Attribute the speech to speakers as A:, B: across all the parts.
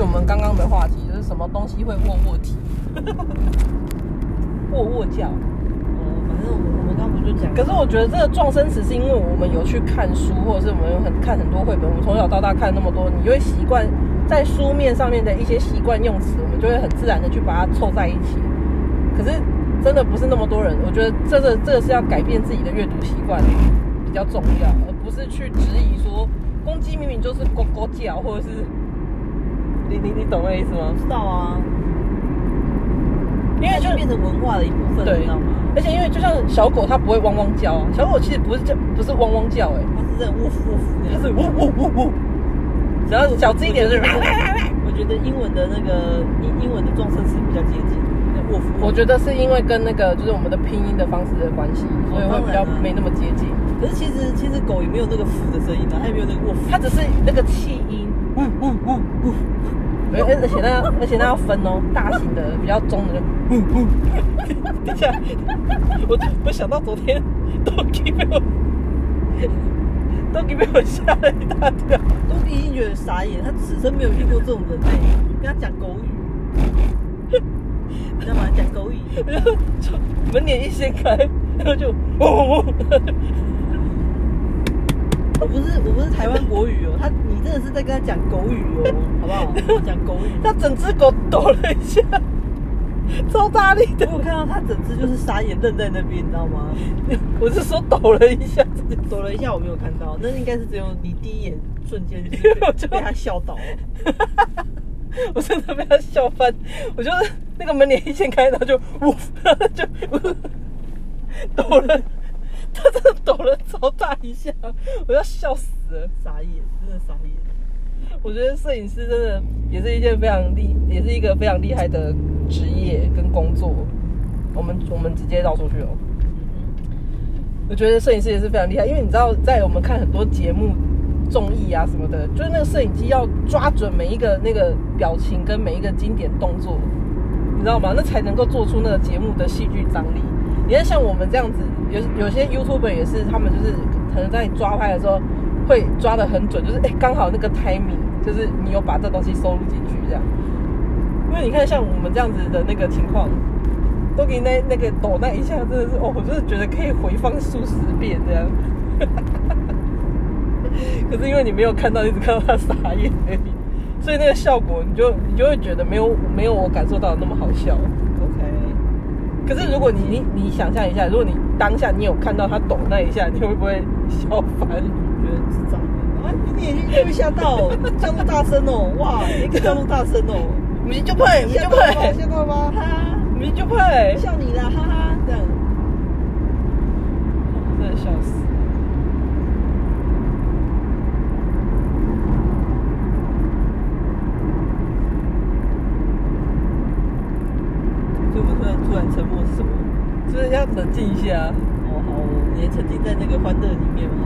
A: 我们刚刚的话题，就是什么东西会卧卧 体，卧卧叫。
B: 哦，反正我们我们刚不就讲，
A: 可是我觉得这个撞生词是因为我们有去看书，或者是我们有很看很多绘本，我们从小到大看那么多，你就会习惯在书面上面的一些习惯用词，我们就会很自然的去把它凑在一起。可是真的不是那么多人，我觉得这个这个是要改变自己的阅读习惯比较重要，而不是去质疑说公鸡明明就是咕咕叫，或者是你你你懂那意思吗？
B: 知道啊，
A: 因为就
B: 它变成文化的一部分，
A: 对
B: 你知道吗？
A: 而且因为就像小狗，它不会汪汪叫啊，小狗其实不是叫不是汪汪叫、欸，
B: 它是在呜呜呜，
A: 就是呜呜呜呜，只要小只一点就是。
B: 我觉得英文的那个英英文的撞声词比较接近，我
A: 我觉得是因为跟那个就是我们的拼音的方式的关系，所以会比较没那么接近。
B: 可是其实其实狗也没有那个嗚的声音的，它也没有那个喔
A: 它只是那个气音，
B: 呜呜
A: 嗯
B: 呜呜，
A: 而而且那而且那要分哦，大型的比较中的就
B: 呜呜，
A: 嗯等一下， 我我想到昨天都给被我都给被我吓了一大跳。
B: 都已经觉得傻眼，他此生没有遇过这种人类，跟他讲狗语， 你知道吗？讲狗语，
A: 然后就门帘一掀开，然后就嗡嗡嗡，
B: 我不是我不是台湾国语哦，他你真的是在跟他讲狗语哦，好不好？讲狗语，
A: 它整只狗抖了一下，超大力的。
B: 我看到他整只就是傻眼愣在那边，你知道吗？
A: 我是说抖了一下，这
B: 走了一下我没有看到，那应该是只有你第一眼瞬间就
A: 我
B: 是
A: 就
B: 被他笑倒了。
A: 我真的被他笑翻。我就是那个门帘一掀开，然后就呜，然后就呜抖了，他真的抖了超大一下，我要笑死了。
B: 傻眼，真的傻眼。
A: 我觉得摄影师真的也是一件非常厉，也是一个非常厉害的职业跟工作。我们我们直接绕出去哦。
B: 嗯
A: 我觉得摄影师也是非常厉害，因为你知道，在我们看很多节目、综艺啊什么的，就是那个摄影机要抓准每一个那个表情跟每一个经典动作，你知道吗？那才能够做出那个节目的戏剧张力。你看，像我们这样子，有有些 YouTuber 也是，他们就是可能在抓拍的时候会抓的很准，就是哎，刚好那个 timing，就是你有把这东西收录进去这样。因为你看，像我们这样子的那个情况，都给那那个抖那一下，真的是哦，我真的觉得可以回放数十遍这样。 可是因为你没有看到，一直看到他傻眼而已，所以那个效果你就你就会觉得没有没有我感受到的那么好笑。
B: OK，
A: 可是如果你你你想象一下，如果你当下你有看到他抖那一下，你会不会笑翻？
B: 觉得智障。啊，你眼睛被吓到， 叫那么大声哦，哇，你可以叫那么大声 哦，
A: 你就配，你
B: 吓
A: 就
B: 到了吧，
A: 配，
B: 吓到了吧，哈哈，
A: 你就配，
B: 笑你啦，哈哈，这样。
A: 真的笑死。
B: 所以我们突然突然沉默是什么？
A: 就是要冷静一下。啊
B: 哦，好哦，你也沉浸在那个欢乐里面吗？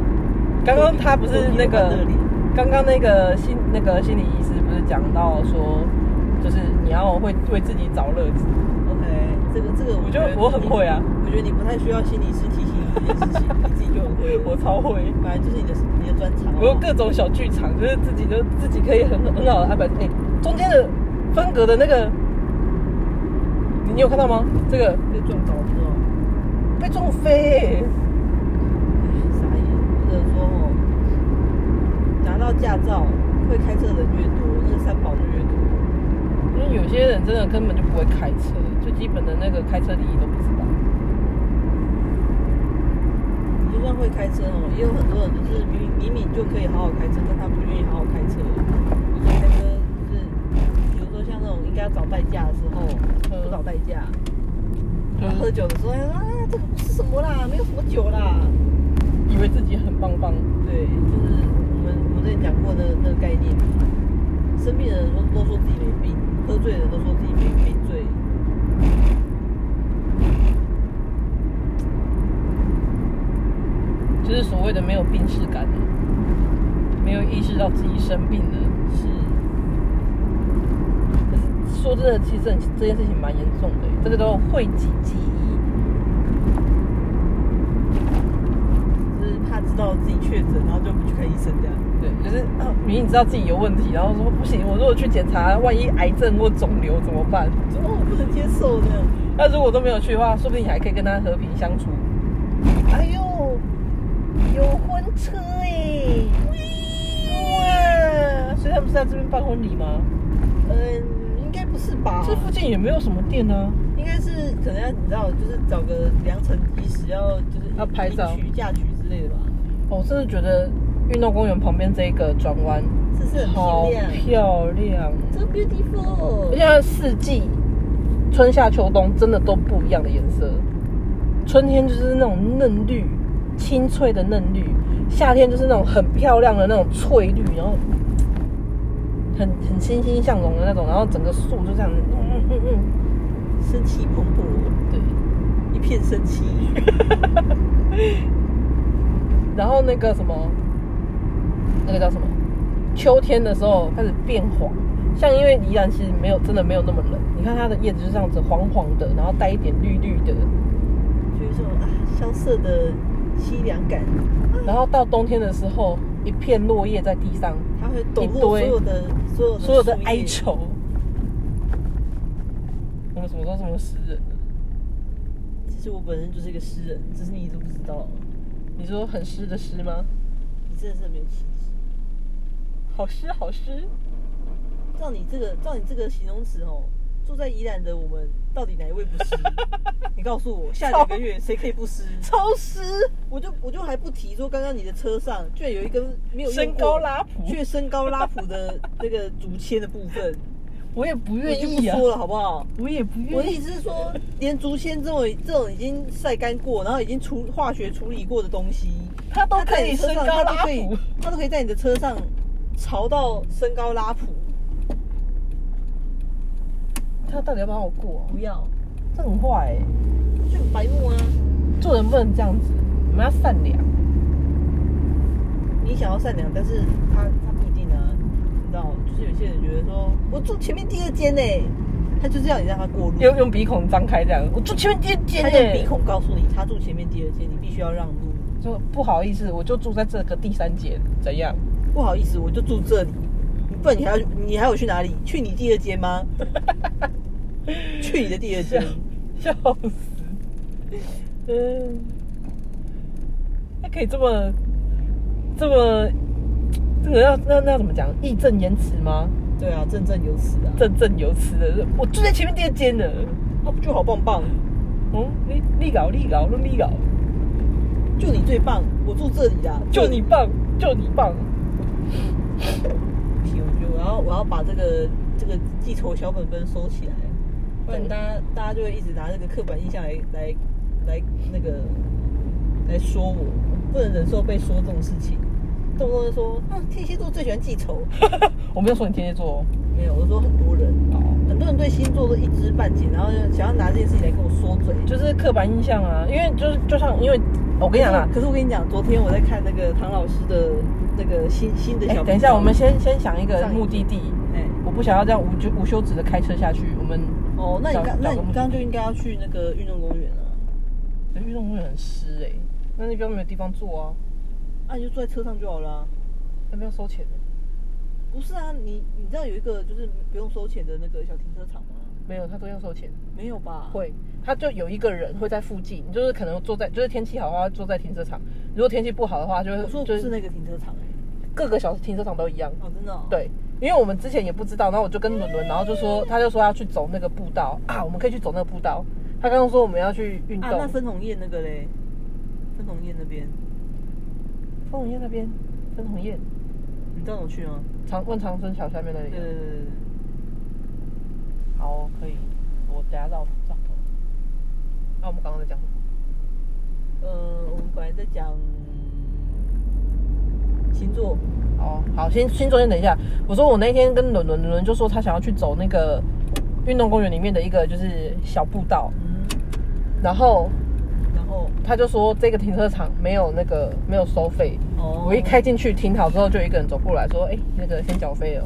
A: 刚刚他不是那
B: 欢乐
A: 个
B: 里，
A: 刚刚那个心那个心理医师不是讲到说，就是你要会为自己找乐子。
B: OK，这个这个，
A: 我
B: 觉
A: 觉得我很会啊，
B: 我觉得你不太需要心理师提醒你这件事情，你自己就很会了。
A: 我超会。
B: 本来就是你的你的专长哦。
A: 我有各种小剧场，就是自己就自己可以很很好的安排。哎、中间的分隔的那个，你你有看到吗？这个
B: 被撞倒之后。
A: 被撞飞、欸，
B: 哎傻眼，或者说哦，拿到驾照会开车的人越多，那个三宝就越多。
A: 因为有些人真的根本就不会开车，最基本的那个开车礼仪都不知道。
B: 你就算会开车哦，也有很多人就是明明明明就可以好好开车，但他不愿意好好开车。有时候开车就是，比如说像那种应该要找代驾的时候，
A: 嗯
B: 不找代驾，然
A: 就
B: 后喝
A: 是
B: 酒的时候，哎啊，这个不是什么啦，没有什么酒啦。
A: 以为自己很棒棒，
B: 对，就是我们我之前讲过的那个概念，生病的人都都说自己没病，喝醉的人都说自己没没醉。
A: 就是所谓的没有病耻感，啊没有意识到自己生病了。
B: 是，
A: 可是说真的，其实这这件事情蛮严重的，这个都讳疾忌医。
B: 就是怕知道自己确诊，然后就不去看医生这样。
A: 对，对，就是 啊，明明知道自己有问题，然后说不行，我如果去检查，万一癌症或肿瘤怎么办？
B: 就哦，我不能接受这样。
A: 那如果都没有去的话，说不定你还可以跟他和平相处。
B: 哎呦，有婚车哎！哇，
A: 啊所以他们是在这边办婚礼吗？
B: 嗯，应该不是吧？
A: 这附近也没有什么店啊。
B: 应该是可能要你知道，就是找个良辰吉时，要就是
A: 要拍照
B: 迎娶嫁娶之类的吧。
A: 哦我真的觉得运动公园旁边这一个转弯
B: 是不是很
A: 好
B: 漂亮？
A: 漂亮，
B: 这 beautiful，
A: 而且它的四季，春夏秋冬真的都不一样的颜色。春天就是那种嫩绿，清脆的嫩绿；夏天就是那种很漂亮的那种翠绿，然后很很欣欣向荣的那种，然后整个树就这样，嗯嗯嗯嗯，
B: 生气蓬勃，
A: 对。
B: 一片生气。
A: 然后那个什么，那个叫什么，秋天的时候开始变黄，像因为宜兰其实没有真的没有那么冷，你看它的叶子就这样子黄黄的，然后带一点绿绿的，
B: 就是说啊，萧瑟的凄凉感，
A: 然后到冬天的时候，一片落叶在地上，
B: 它会抖
A: 一
B: 落所
A: 堆
B: 有的所有的
A: 所有的
B: 树叶
A: 哀。愁。我们什么时候这么诗人了？
B: 其实我本身就是一个诗人，只是你一直不知道，
A: 你说很诗的诗吗？
B: 你真的是没有气质。
A: 好诗好诗，
B: 照你这个，照你这个形容词哦，住在宜兰的我们，到底哪一位 不湿？你告诉我，下两个月谁可以不湿？
A: 超诗，
B: 我就我就还不提说，刚刚你的车上居然有一根没有用过
A: 身高拉普
B: 却身高拉普的那个竹签的部分，
A: 我也不
B: 我
A: 愿
B: 就不
A: 意啊，
B: 说了，好不好？
A: 我也不
B: 我的
A: 愿
B: 意
A: 意。
B: 思是说，连竹签这种这种已经晒干过，然后已经处化学处理过的东西，
A: 他都
B: 它
A: 可
B: 在
A: 以
B: 你
A: 身
B: 车上，
A: 高
B: 它
A: 拉
B: 都可以
A: 普，，
B: 它都可以在你的车上潮到身高拉普。
A: 他到底要不要让我过、啊？
B: 不要，
A: 这很坏、欸，
B: 就很白目啊！
A: 做人不能这样子，我们要善良。
B: 你想要善良，但是他他不一定啊，你知道，就是有些人觉得说，我住前面第二间呢、他就是要你让他过路，
A: 用用鼻孔张开这样，我就前面第一间
B: 他
A: 欸
B: 用鼻孔告诉你，他住前面第二间，你必须要让路。
A: 就不好意思，我就住在这个第三间，怎样？
B: 不好意思，我就住这里，不然你还要你还有去哪里？去你第二间吗？去你的第 二间，
A: 啊笑死，嗯，他可以这么这么，这个要那那要怎么讲？义正言辞吗？
B: 对啊，振振有词啊，
A: 振振有词的，我住在前面第二间的，
B: 那哦不就好棒棒？
A: 嗯，你你搞你搞都你搞，
B: 就你最棒，我住这里啊啦，
A: 就你棒，就你棒，
B: 不行，我觉得我要我要把这个这个记仇小本本收起来，不然大家大家就会一直拿这个刻板印象来来来那个来说我，我不能忍受被说这种事情，动不动就说啊天蝎座最喜欢记仇，
A: 我没有说你天蝎座
B: 没有，我说很多人，
A: 哦，哦。
B: 很多人对星座都一知半解，然后就想要拿这件事情来跟我说嘴。
A: 就是刻板印象啊，因为就是就像因为我跟你讲啦，
B: 可是我跟你讲，昨天我在看那个唐老师的那个新新的
A: 哎
B: 小、
A: 等一下，我们先先想一个
B: 上一
A: 目的地，
B: 哎。
A: 我不想要这样无休无休止的开车下去。我们
B: 哦，那你
A: 找
B: 刚
A: 找
B: 那
A: 个
B: 你
A: 目的
B: 刚刚就应该要去那个运动公园啊。
A: 的运动公园很湿哎、那那边没有地方坐啊，
B: 啊，你就坐在车上就好了啊、
A: 那边要收钱欸的，
B: 不是啊，你你知道有一个就是不用收钱的那个小停车场吗？
A: 没有，他都要收钱。
B: 没有吧？
A: 会，他就有一个人会在附近，就是可能坐在，就是天气好的话坐在停车场，如果天气不好的话，就
B: 我说
A: 会
B: 的
A: 就
B: 不是那个停车场哎、
A: 各个小停车场都一样。
B: 哦，真的、哦。。
A: 对，因为我们之前也不知道，然后我就跟伦伦，然后就说，他就说要去走那个步道啊，我们可以去走那个步道。他刚刚说我们要去运
B: 啊，
A: 动，
B: 那分红叶那个嘞，分红叶那边，
A: 分红叶那边，分红叶
B: 你到我去吗？
A: 长问长春桥下面那里啊
B: 对。对对对对。
A: 好哦、可以，我等下绕绕头。那、我们刚刚在讲什么？
B: 呃，我们本来在讲星座，
A: 哦，好，先先中间等一下。我说我那天跟伦伦，伦伦就说他想要去走那个运动公园里面的一个就是小步道，
B: 嗯，
A: 然后
B: 然后
A: 他就说这个停车场没有那个没有收费。
B: 哦，
A: 我一开进去停好之后，就有一个人走过来说：“哎、那个先缴费哦。”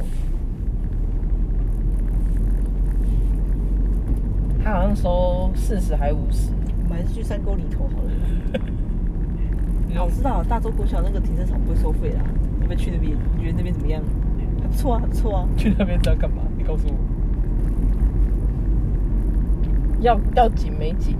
A: 他好像收四十还五十，
B: 我们还是去山 啊沟里头好了。我知道大洲国小那个停车场不会收费啦，要不要去那边？你觉得那边怎么样？还不错啊，还不错啊。
A: 去那边是要干嘛？你告诉我。要要紧没紧，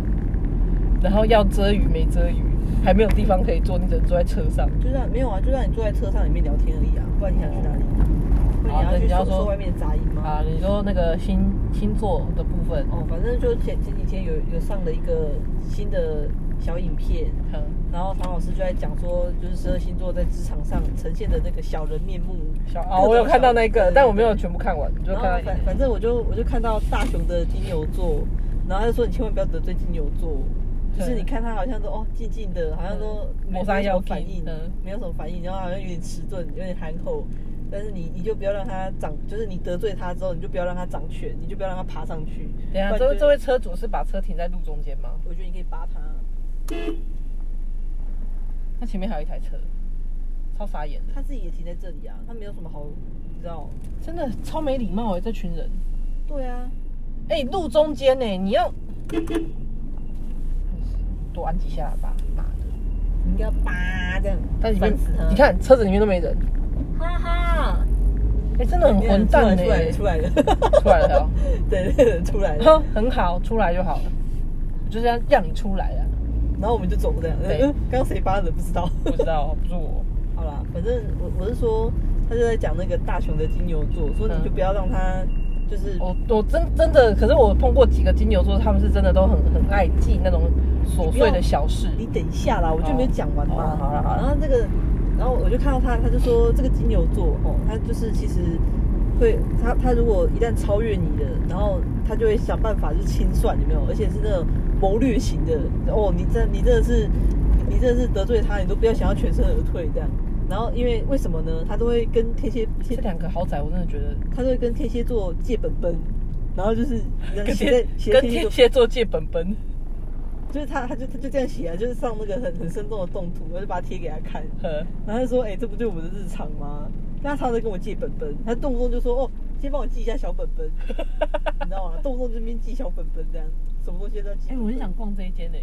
A: 然后要遮雨没遮雨，还没有地方可以坐，你只能坐在车上。
B: 就让没有啊，就让你坐在车上里面聊天而已啊，不然你想去哪里？不
A: 哦好那
B: 然
A: 你
B: 你
A: 要
B: 要去
A: 说
B: 说外面的杂音吗？
A: 啊，你说那个星星座的部分，
B: 哦，反正就前前几天有有上了一个新的小影片，
A: 嗯，
B: 然后唐老师就在讲说，就是十二星座在职场上呈现的那个小人面目。
A: 小
B: 各
A: 啊，
B: 种
A: 我有看到那
B: 小
A: 个，
B: 人
A: 但我没有全部看完，就
B: 然
A: 看
B: 后
A: 到一
B: 反
A: 点
B: 反正我就我就看到大雄的金牛座，然后他就说你千万不要得罪金牛座，就是
A: 对
B: 你看他好像都哦静静的，好像都
A: 嗯
B: 没
A: 抹
B: 有
A: 杀
B: 什
A: 妖
B: 么
A: 精
B: 反应，
A: 嗯
B: 没有什么反应，然后好像有点迟钝，有点憨厚。但是你你就不要让他掌，就是你得罪他之后，你就不要让他掌权，你就不要让他爬上去。
A: 等一下，
B: 不然
A: 啊这位
B: 就
A: 这位车主是把车停在路中间吗？
B: 我觉得你可以扒他。
A: 他前面还有一台车，超傻眼的，
B: 他自己也停在这里啊，他没有什么好，你知道？
A: 真的超没礼貌哎、这群人。
B: 对啊，
A: 哎、路中间呢、你要多按几下喇叭，妈的！
B: 你应该要扒这样，
A: 但里面嗯
B: 烦死他
A: 你看车子里面都没人，
B: 哈哈，
A: 哎、真的很混蛋欸呢、
B: 出来了出来了，出来 了，
A: 出来了哦
B: 对 对，对出来了。
A: 哼，很好，出来就好了，我就这样让你出来啊！
B: 然后我们就走这样。
A: 对
B: 嗯刚刚谁扒的不知道。
A: 不知道， 不是我，
B: 好啦，反正我我是说，他就在讲那个大雄的金牛座，说你就不要让他就是
A: 我我真真的，可是我碰过几个金牛座，他们是真的都很很爱记那种琐碎的小事。
B: 你等一下啦，我就没有讲完嘛。
A: 哦好了好了
B: 然后那个，然后我就看到他，他就说这个金牛座哦，他就是其实会他他如果一旦超越你的，然后他就会想办法去清算，有没有？而且是那种谋略型的哦，你真你真的是你真的是得罪他，你都不要想要全身而退这样。然后因为为什么呢？他都会跟天蝎
A: 这
B: 天
A: 两个豪宅，我真的觉得
B: 他都会跟天蝎座借本本，然后就是
A: 跟
B: 写在
A: 天
B: 写在
A: 跟
B: 天
A: 天
B: 蝎座
A: 蝎座借本本，
B: 就是他，他就他就这样写啊，就是上那个很很生动的动图，我就把它贴给他看，
A: 呵
B: 然后他说，哎、这不就我们的日常吗？ 但他常常跟我借本本，他动不动就说，哦，先帮我记一下小本本， 你知道吗？动不动这边记小本本这样，什么东西都要记。
A: 哎、我很想逛这一间呢、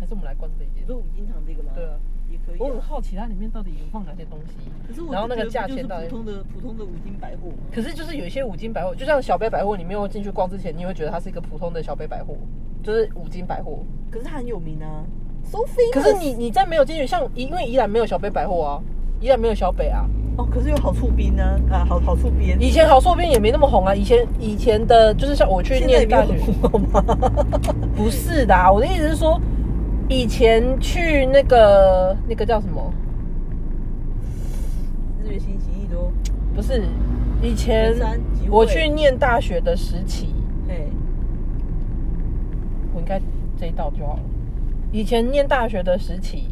A: 还是我们来逛这一间
B: 你？说五金堂这个吗？
A: 对啊，
B: 也可以、
A: 我很，好奇它里面到底有放哪些东西。
B: 可是我
A: 然后那个
B: 觉
A: 价
B: 得不就是
A: 钱到底
B: 普通的普通的五金百货吗，
A: 可是就是有一些五金百货，就像小杯百货，你没有进去逛之前，你会觉得它是一个普通的小杯百货，就是五金百货。
B: 可是它很有名啊，so famous。
A: 可是你你在没有进去，像宜因为宜兰没有小杯百货啊，宜兰没有小北啊，
B: 哦，可是有好处冰啊，啊，好好处边，
A: 以前好硕边也没那么红啊。以前以前的就是像我去
B: 现在
A: 念
B: 也没
A: 大
B: 有
A: 学，
B: 很红吗？
A: 不是的、啊，我的意思是说，以前去那个那个叫什么？
B: 日月星奇一多，
A: 不是，以前
B: 圆山集会
A: 我去念大学的时期，
B: 哎。
A: 我应该这一道就好了。以前念大学的时期，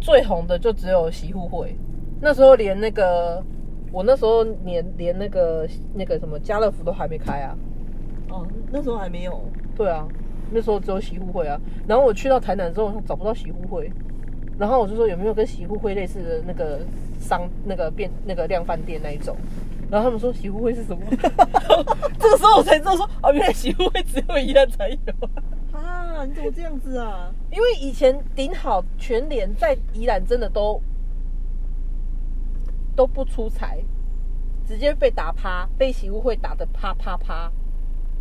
A: 最红的就只有习互会，那时候连那个我那时候连连那个那个什么家乐福都还没开啊。
B: 哦，那时候还没有。
A: 对啊，那时候只有洗护会啊。然后我去到台南之后，找不到洗护会，然后我就说有没有跟洗护会类似的那个商那个变那个量贩店那一种。然后他们说洗护会是什么？ 这个时候我才知道说哦，原来洗护会只有一样才有。
B: 啊，你怎么这样子啊？
A: 因为以前顶好全联在宜兰真的都都不出彩，直接被打趴，被洗护会打的啪啪啪。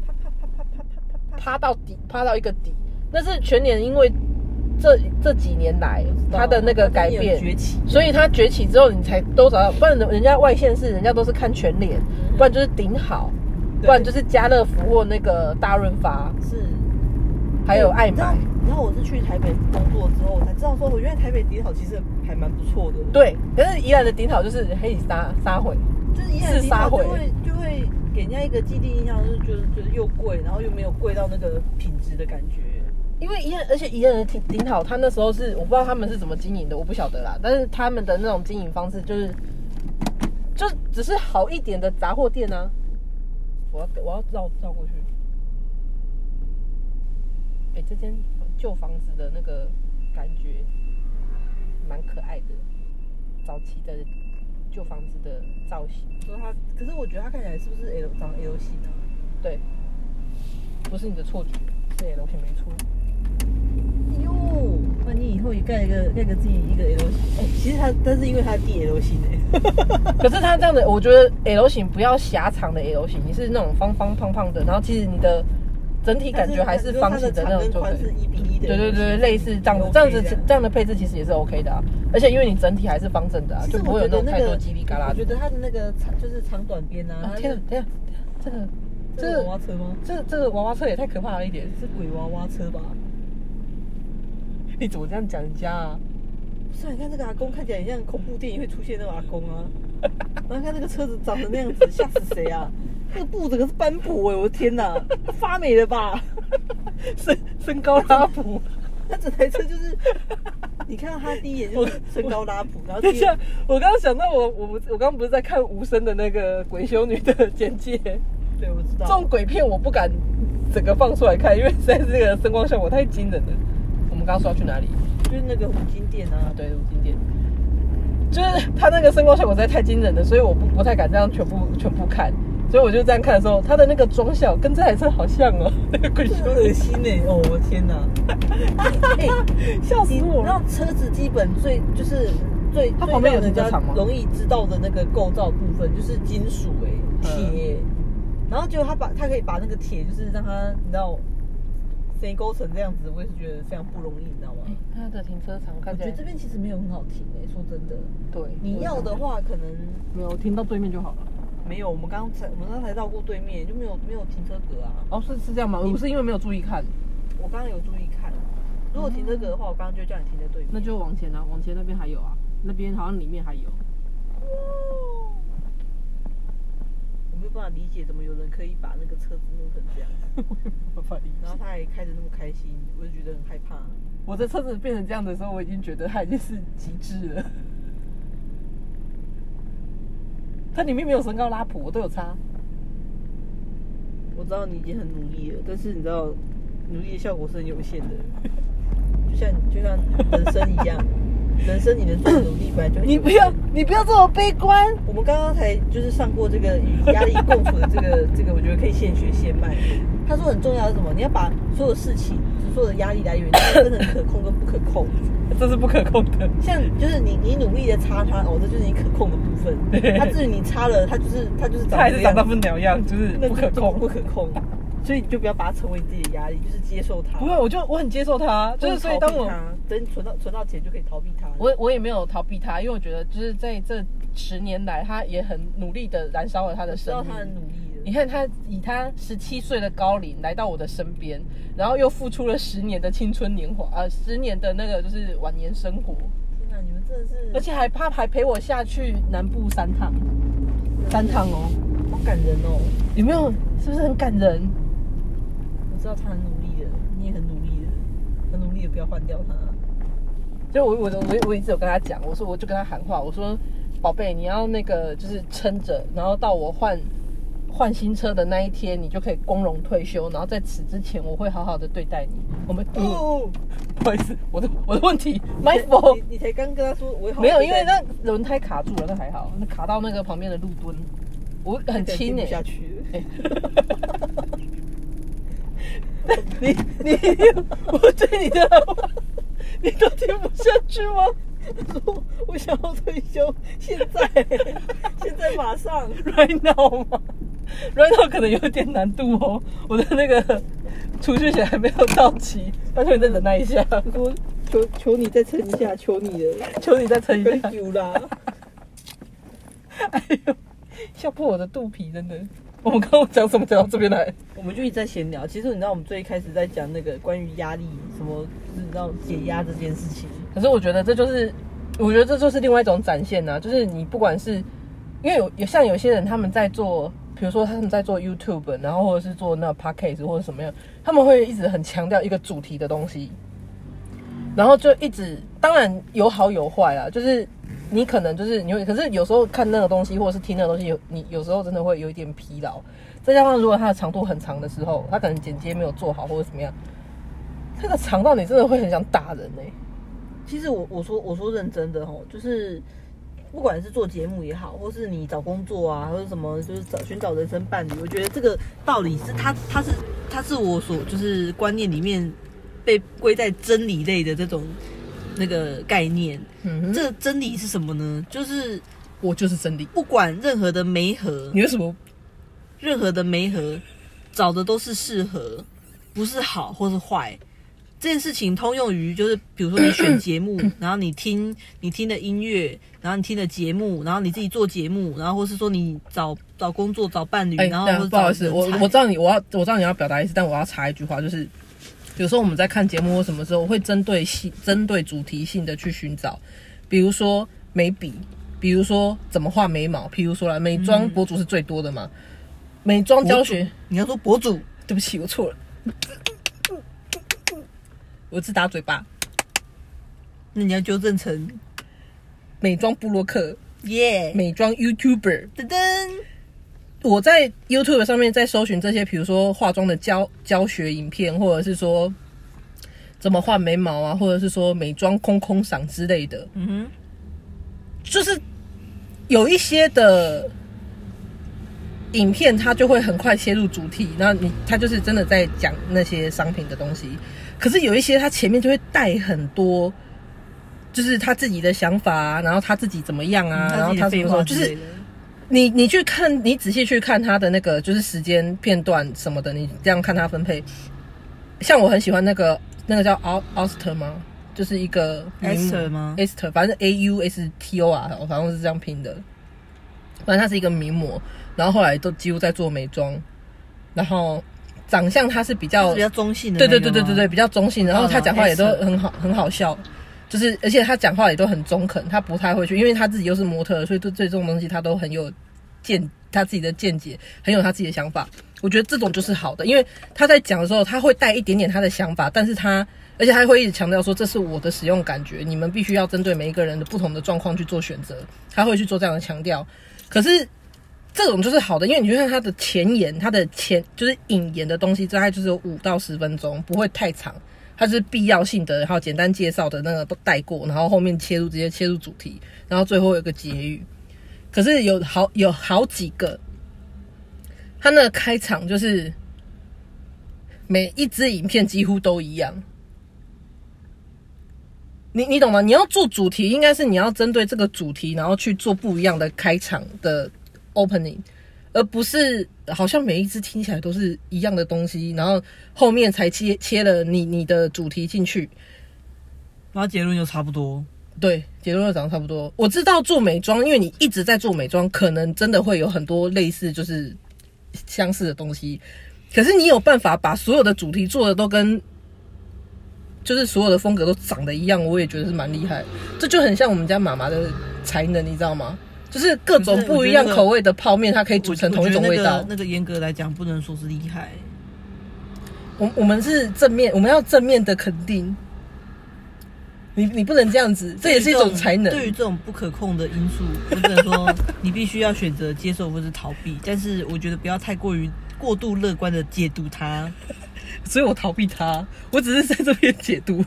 B: 啪啪啪啪啪啪啪啪。
A: 趴到底，趴到一个底。但是全年因为这这几年来它的那个改变，
B: 崛起，
A: 所以它崛起之后，你才都找到，不然人家外县市人家都是看全脸，
B: 嗯
A: 不然就是顶好，不然就是家乐福或那个大润发，
B: 是
A: 还有
B: 哎
A: 爱买。
B: 然后我是去台北工作之后，我才知道说，我原来台北迪好其实还蛮不错的。，
A: 对，但是宜兰的顶好就是黑沙沙回，
B: 就是一来
A: 是
B: 迪
A: 杀
B: 好就
A: 回
B: 会就会给人家一个既定印象，就是觉得觉得又贵，然后又没有贵到那个品质的感觉。
A: 因为宜兰，而且宜兰的顶顶好，他那时候是我不知道他们是怎么经营的，我不晓得啦。但是他们的那种经营方式就是，就只是好一点的杂货店啊。我要我要绕绕过去。哎、这间旧房子的那个感觉蛮可爱的，早期的旧房子的造型。
B: 说它，可是我觉得它看起来是不是 L 长 L 型啊？
A: 对，不是你的错觉，是 L 型没错。
B: 哎呦，那你以后也盖一个盖个自己一个 L 型，哎、其实它但是因为它 D L 型哎、
A: 可是它这样的，我觉得 L 型不要狭长的 L 型，你是那种方方胖胖的，然后其实你的整体感觉还是方形的那种就可
B: 它是
A: 以。
B: 一比一的，
A: 对对对，类似这样子，这样子
B: 啊
A: 这样的配置其实也是 OK 的啊。而且因为你整体还是方正的啊，
B: 其
A: 就
B: 实
A: 不会
B: 我
A: 有
B: 觉
A: 那种
B: 得那
A: 太多
B: 个
A: 叽里嘎啦
B: 我觉
A: 的。
B: 得它的那个长就是长短边啊，
A: 啊
B: 它
A: 天啊
B: 是，
A: 等一下，这个这
B: 这个
A: 个
B: 娃娃车吗？
A: 这这个娃娃车也太可怕了一点。
B: 是鬼娃娃车吧？
A: 你怎么这样讲人家啊？
B: 不是啊，你看这个阿公看起来很像恐怖电影会出现那个阿公啊，然后看那个车子长成那样子，吓死谁啊？那个布整个是斑驳哎、我的天哪，发霉了吧？
A: 身身高拉普。
B: 他整台车就是，你看到他第一眼就是身高拉普，然后
A: 等
B: 第二
A: 一下，我刚刚想到我我我刚刚不是在看无声的那个鬼修女的简介，
B: 对我知
A: 这
B: 道
A: 种，鬼片我不敢整个放出来看，因为实在是这个声光效果太惊人了。我们刚刚说要去哪里？
B: 就是那个五金店啊
A: 啊，，对，五金店。就是它那个声光效果实在太惊人了，所以我不不太敢这样全部全部看，所以我就这样看的时候，它的那个妆效跟这台车好像哦，那个鬼修
B: 这很恶心哎、哦我的天 哪，哎
A: 女，笑死
B: 你
A: 我
B: 知道
A: 了。
B: 车子基本最就是最
A: 它旁边有
B: 最
A: 停
B: 让人
A: 车
B: 家
A: 场吗
B: 容易知道的那个构造部分就是金属哎、
A: 嗯
B: 铁，然后结果他把他可以把那个铁就是让它你知道谁勾成这样子，我也是觉得非常不容易，你知道吗？
A: 它的哎停车场
B: 我
A: 看起
B: 觉得
A: 来
B: 这边其实没有很好停哎、说真的，
A: 对，
B: 你要的话可能
A: 没有，我停到对面就好了。
B: 没有，我们刚才我们刚才绕过对面就没有没有停车格啊，
A: 哦，是是这样吗？我是因为没有注意看，
B: 我刚刚有注意看，如果停车格的话，我刚刚就叫你停在对面，
A: 那就往前啊，往前那边还有啊，那边好像里面还 有。
B: 我没有办法理解怎么有人可以把那个车子弄成这样， 然后他还开得那么开心，我就觉得很害怕。
A: 我的车子变成这样的时候，我已经觉得它已经是极致了。 它里面没有身高拉普，我都有差。
B: 我知道你已经很努力了，但是你知道，努力的效果是很有限的， 就像就像人生一 样，人生你能做的努力本来就很有限
A: 你不要，你不要这么悲观。
B: 我们刚刚才就是上过这个与压力共处的这 个这个，我觉得可以现学现卖。他说很重要的是什么？你要把所有事情、所有的压力来源分成可控跟不可控。
A: 这是不可控 的。
B: 像就是你你努力的擦它，哦，这就是你可控的部分。
A: 对
B: 它至于你擦了，它就是它就是
A: 它
B: 长
A: 还
B: 这
A: 是
B: 样
A: 长
B: 子
A: 那副鸟样，就是
B: 那
A: 不可控
B: 就。不可控。所以你就不要把它成为你自己的压力，就是接受它。
A: 不会，我就我很接受它，就是所以当我
B: 或者逃避它等你存到存到钱就可以逃避它。
A: 我我也没有逃避它，因为我觉得就是在这十年来，他也很努力的燃烧了他的
B: 知
A: 生
B: 道
A: 命
B: 他。很努力
A: 你
B: 了，
A: 看他以他十七岁的高龄来到我的身边，然后又付出了十年的青春年华，呃，十年的那个就是晚年生活，
B: 天哪，你们真的是，
A: 而且还怕还陪我下去南部三趟，三趟哦，
B: 好感人哦。
A: 有没有？是不是很感人？
B: 我知道他很努力的，你也很努力的，很努力的，不要换掉他。
A: 就我我我我一直有跟他讲，我说我就跟他喊话，我说宝贝，你要那个就是撑着，然后到我换换新车的那一天，你就可以光荣退休，然后在此之前，我会好好的对待你。我们、嗯、
B: 哦，
A: 不好意思，我的我的问题
B: 你
A: ，my fault
B: 你。你才刚跟他说我会好好
A: 没有，
B: 对
A: 因为
B: 待
A: 那轮胎卡住了，那还好，那卡到那个旁边的路墩，我
B: 你
A: 很
B: 才
A: 轻
B: 听
A: 哎、
B: 不下去 了。
A: 你欸你，我对你的好话，你都听不下去吗？
B: 说我想要退休，现在，现在马上。
A: right now 吗？right now 可能有点难度哦，我的那个储蓄险还没有到期，拜托你再忍耐一下，
B: 我说求求你再撑一下，求你了，
A: 求你再撑一
B: 很
A: 下。
B: 久啦。
A: 哎呦，笑破我的肚皮，真的。我们刚刚讲什么讲到这边来？
B: 我们就一直在闲聊。其实你知道，我们最一开始在讲那个关于压力，什么就是你知道解压这件事情。
A: 可是我觉得这就是，我觉得这就是另外一种展现呐、啊就是你不管是因为有有像有些人他们在做，比如说他们在做 YouTube，然后或者是做那 Podcast 或者什么样，他们会一直很强调一个主题的东西，然后就一直，当然有好有坏啦，就是你可能就是你会，可是有时候看那个东西或者是听那个东西，有你有时候真的会有一点疲劳，再加上如果它的长度很长的时候，它可能剪接没有做好或者怎么样，这个长到你真的会很想打人欸呢、
B: 其实我我说我说认真的吼，就是不管是做节目也好，或是你找工作啊，或者什么，就是找寻找人生伴侣，我觉得这个道理是它它是它是我所就是观念里面被归在真理类的这种那个概念。
A: 嗯哼，
B: 这个真理是什么呢？就是
A: 我就是真理。
B: 不管任何的媒合，
A: 你为什么？
B: 任何的媒合找的都是适合，不是好或是坏。这件事情通用于就是，比如说你选 节目，然后你听你听的音乐，然后你听的节目，然后你自己做节目，然后或是说你找找工作、找伴侣，
A: 哎、
B: 然后
A: 对啊
B: 或是
A: 不好
B: 找
A: 意思，我
B: 人才
A: 我知道你，我要我知道你要表达意思，但我要插一句话，就是有时候我们在看节目或什么时候，我会针对性、针对主题性的去寻找，比如说眉笔，比如说怎么画眉毛，譬如说啦，美妆博主是最多的嘛，美妆教学，
B: 你要说嗯博主，
A: 对不起，我错了，我只打嘴巴，
B: 那你要纠正成
A: 美妆布洛克，
B: 耶，
A: 美妆 YouTuber，
B: 噔噔，
A: 我在 YouTube 上面在搜寻这些，比如说化妆的教教学影片，或者是说怎么画眉毛啊，或者是说美妆空空赏之类的，
B: 嗯哼，
A: 就是有一些的影片，它就会很快切入主题，那你它就是真的在讲那些商品的东西。可是有一些，它前面就会带很多，就是他自己的想法啊，然后他自己怎么样啊，然后他怎
B: 废
A: 么怎么
B: 话
A: 样，
B: 之
A: 就是
B: 类的
A: 你你去看，你仔细去看他的那个就是时间片段什么的，你这样看他分配。像我很喜欢那个那个叫 Au- Auster 吗？就是一个
B: Aster 吗
A: a s t e r 反正 A U S T O R，我反哦正是这样拼的。反正他是一个名模，然后后来都几乎在做美妆，然后长相他是比较
B: 是比较中性的
A: 对
B: 那个
A: 对
B: 吗，
A: 对对对对，比较中性，然后他讲话也都很好很好笑，就是而且他讲话也都很中肯，他不太会去，因为他自己又是模特儿，所以对对这种东西他都很有见他自己的见解，很有他自己的想法。我觉得这种就是好的，因为他在讲的时候，他会带一点点他的想法，但是他而且他会一直强调说这是我的使用感觉，你们必须要针对每一个人的不同的状况去做选择，他会去做这样的强调。可是这种就是好的，因为你就看它的前言，它的前就是引言的东西，大概就是有五到十分钟，不会太长。它就是必要性的，然后简单介绍的那个都带过，然后后面切入直接切入主题，然后最后有个结语。可是有好有好几个，它那个开场就是每一支影片几乎都一样。你你懂吗？你要做主题，应该是你要针对这个主题，然后去做不一样的开场的 opening，而不是呃好像每一支听起来都是一样的东西，然后后面才切切了你你的主题进去。
B: 然后结论就差不多，
A: 对，结论就长得差不多。我知道做美妆，因为你一直在做美妆，可能真的会有很多类似就是相似的东西。可是你有办法把所有的主题做的都跟，就是所有的风格都长得一样，我也觉得是蛮厉害。这就很像我们家妈妈的才能，你知道吗？就是各种
B: 可嗯是
A: 不
B: 我觉得
A: 一样
B: 那个
A: 口味的泡面，它可以煮
B: 我
A: 成同一种味
B: 我觉得那
A: 道
B: 个。那个严格来讲，不能说是厉害，
A: 我我们是正面，我们要正面的肯定。你你不能这样子，这也是一种才能。
B: 对于这种不可控的因素， 我只能说你必须要选择接受或是逃避。但是我觉得不要太过于过度乐观的解读它。
A: 所以我逃避他，我只是在这边解读，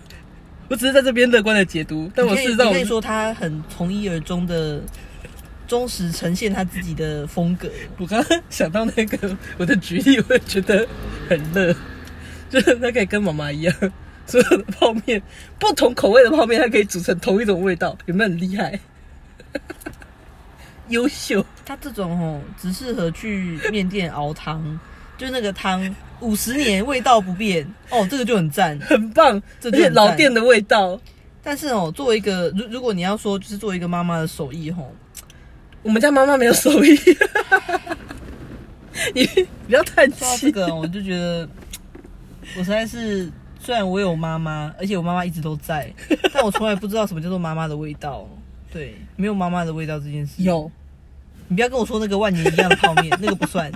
A: 我只是在这边乐观的解读，但我
B: 你可以
A: 事实上
B: 你
A: 我
B: 可以说他很从一而终的忠实呈现他自己的风格。
A: 我刚刚想到那个我的举例，我也觉得很乐，就是它可以跟妈妈一样，所有的泡面不同口味的泡面，它可以煮成同一种味道，有没有很厉害？优秀，
B: 他这种哦，只适合去面店熬汤，就那个汤五十年味道不变哦，这个就很赞。
A: 很棒，
B: 这
A: 而
B: 就很
A: 且老
B: 赞
A: 店的味道。
B: 但是哦，作为一个如如果你要说就是作为一个妈妈的手艺吼，
A: 我们家妈妈没有手艺， 你不要叹
B: 说到
A: 气
B: 这。个，我就觉得我实在是，虽然我有妈妈，而且我妈妈一直都在，但我从来不知道什么叫做妈妈的味道。对，没有妈妈的味道这件事。，
A: 有，
B: 你不要跟我说那个万年一样的泡面，那个不算，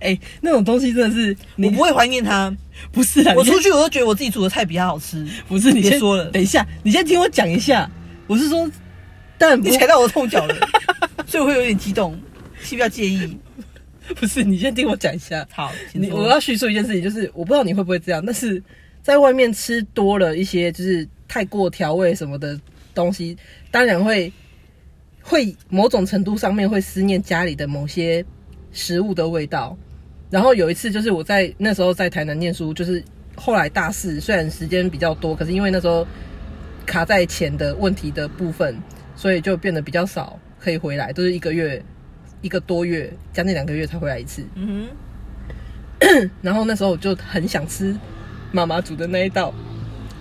A: 哎、那种东西真的是你
B: 我不会怀念它。
A: 不是啊，
B: 我
A: 你先
B: 出去我都觉得我自己煮的菜比它好吃。
A: 不是你
B: 别
A: 先
B: 说了
A: 等一下，你先听我讲一下。我是说，但不
B: 你踩到我的痛脚了， 所以我会有点激动，请不要介意。
A: 不是，你先听我讲一下。
B: 好，请
A: 你
B: 说
A: 我要叙述一件事情，就是我不知道你会不会这样，但是在外面吃多了一些就是太过调味什么的东西，当然会会某种程度上面会思念家里的某些食物的味道。然后有一次就是我在那时候在台南念书，就是后来大四，虽然时间比较多，可是因为那时候卡在钱的问题的部分，所以就变得比较少可以回来，都、是一个月、一个多月，将近两个月才回来一次。
B: 嗯哼，
A: 然后那时候我就很想吃妈妈煮的那一道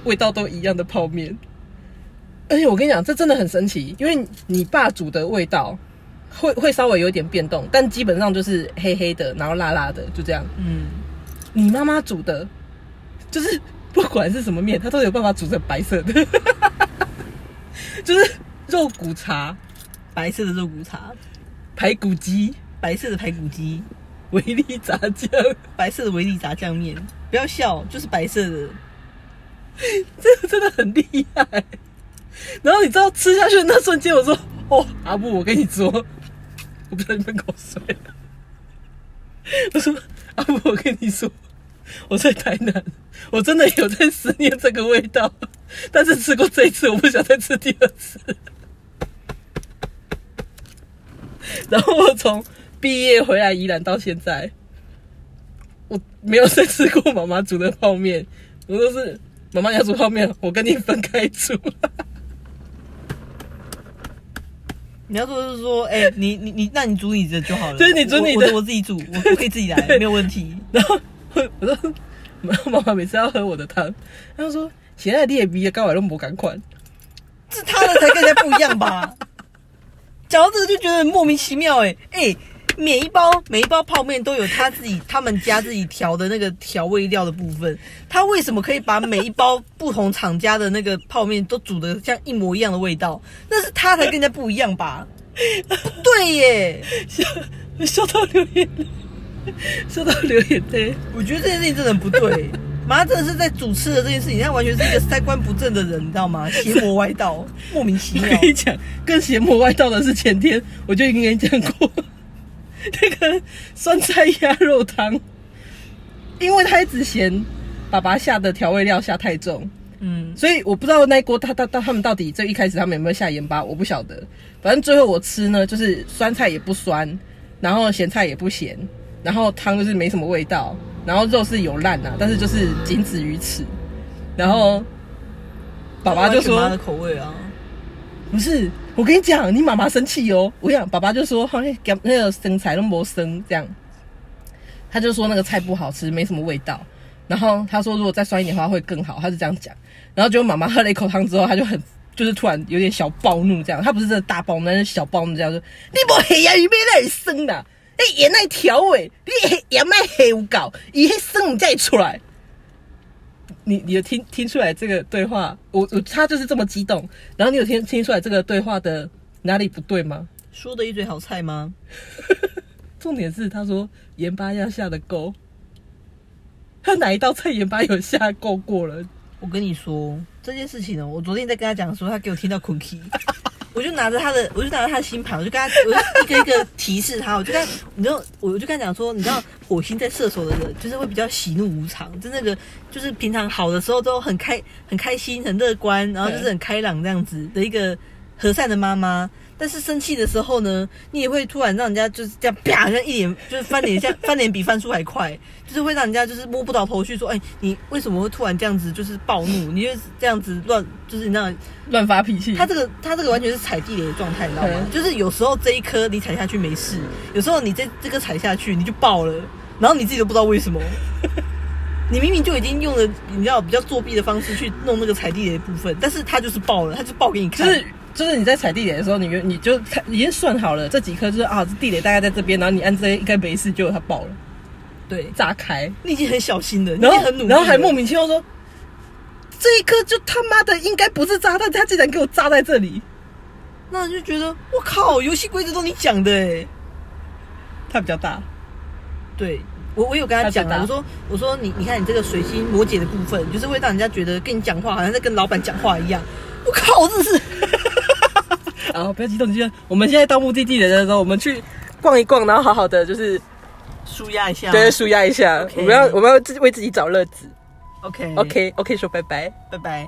A: 味道都一样的泡面，而且我跟你讲，这真的很神奇，因为你爸煮的味道会会稍微有点变动，但基本上就是黑黑的，然后辣辣的，就这样。
B: 嗯，
A: 你妈妈煮的，就是不管是什么面，她都有办法煮成白色的， 就是肉骨茶、
B: 白色的肉骨茶，
A: 排骨鸡、
B: 白色的排骨鸡，
A: 维力炸酱，
B: 白色的维力炸酱面，不要笑，就是白色的，
A: 这个真的很厉害。然后你知道吃下去的那瞬间，我说：“ 哦，阿布，我跟你说，我不在喷口水 了。”我说：“阿布，我跟你说，我在台南，我真的有在思念这个味道，但是吃过这一次，我不想再吃第二次。” 然后我从毕业回来宜兰到现在，我没有再吃过妈妈煮的泡面， 我都是妈妈你要煮泡面，我跟你分开煮。
B: 你要说就是说，哎、你你你，那你煮你的就好了，
A: 对你煮你
B: 我我
A: 的
B: 我自己煮，我我可以自己 来，没有问题。
A: 然后 我我说妈妈妈每次要喝我的汤，她说现在你也逼高矮都不敢款，
B: 是他的才跟人家不一样吧？讲到这个就觉得很莫名其妙哎、哎、每一包每一包泡面都有他自己他们家自己调的那个调味料的部分，他为什么可以把每一包不同厂家的那个泡面都煮得像一模一样的味道？那是他才跟人家不一样 吧？不对耶，
A: 笑笑到流眼泪，笑到流眼泪。
B: 我觉得这件事情真的很不 对。妈真的是在主持的这件事情，他完全是一个三观不正的人，你知道吗？邪魔歪道， 莫名其
A: 我
B: 妙
A: 跟。你讲，更邪魔歪道的是前天我就已经跟你讲过， 那个酸菜鸭肉汤，因为他一直嫌爸爸下的调味料下太重，
B: 嗯，
A: 所以我不知道那一锅他他他他们到底最一开始他们有没有下盐巴，我不晓得。反正最后我吃呢，就是酸菜也不酸，然后咸菜也不咸，然后汤就是没什么味道，然后肉是有烂啊，但是就是仅止于此。然后爸爸就
B: 妈
A: 说
B: 的口味啊。：“
A: 不是，我跟你讲，你妈妈生气哦。”我跟你讲，爸爸就说：“好像给那个生菜都没生这样。”他就说那个菜不好吃，没什么味道。然后他说如果再酸一点的话会更好，他就这样讲。然后结果妈妈喝了一口汤之后，他就很就是突然有点小暴怒这样，他不是真的大暴怒，但是小暴怒这样说：“你不黑呀、啊，鱼咩那里生的、啊？你盐那调味，你黑盐麦黑有搞，伊黑生你再出来。”你你有听听出来这个对话？我我他就是这么激动，然后你有听听出来这个对话的哪里不对吗？
B: 说的一嘴好菜吗？
A: 重点是他说盐巴要下的够，他哪一道菜盐巴有下够过了？
B: 我跟你说这件事情呢，我昨天在跟他讲的时候，他给我听到 cookie，我 就拿着他的，我就拿着他的星盘，我就跟他，我就一个一个提示他，我就跟他，你知道，我就跟他讲说，你知道火星在射手的人，就是会比较喜怒无常，就那个就是平常好的时候都很开很开心、很乐观，然后就是很开朗这样子的一个和善的妈妈。但是生气的时候呢，你也会突然让人家就是这样啪，像一脸就是翻脸，像翻脸比翻书还快，就是会让人家就是摸不着头绪，说，哎，你为什么会突然这样子就是暴怒？你就是这样子乱，就是你知道，
A: 乱发脾气。
B: 他这个他这个完全是踩地雷的状态，你知道吗？
A: 嗯
B: 就是有时候这一颗你踩下去没事，有时候你这这个踩下去你就爆了，然后你自己都不知道为什么。你明明就已经用了你知道比较作弊的方式去弄那个踩地雷的部分，但是他就是爆了，他就爆给你
A: 就
B: 看。
A: 是就是你在踩地雷的时候，你原你就看已经算好了这几颗，就是啊这地雷大概在这边，然后你按这应该没事，结果它爆了，
B: 对，
A: 炸开，
B: 你已经很小心了，你已
A: 然
B: 经
A: 后
B: 很努力了，
A: 然后还莫名其妙说这一颗就他妈的应该不是炸弹，他竟然给我炸在这里，
B: 那你就觉得我靠，游戏规则都你讲的哎、
A: 它比较大，
B: 对我，我有跟他讲
A: 他
B: 啊，
A: 知
B: 我
A: 道
B: 说我说你你看你这个水星摩羯的部分，就是会让人家觉得跟你讲话好像在跟老板讲话一样。我靠，真的是
A: 然后不要激动，你就我们现在到目的地的时候，我们去逛一逛，然后好好的就是
B: 舒压一下
A: 对舒压一下啊
B: 啊 OK
A: 我们要我们要自己为自己找乐子。
B: ，OK
A: OK OK，说拜拜。
B: 拜拜。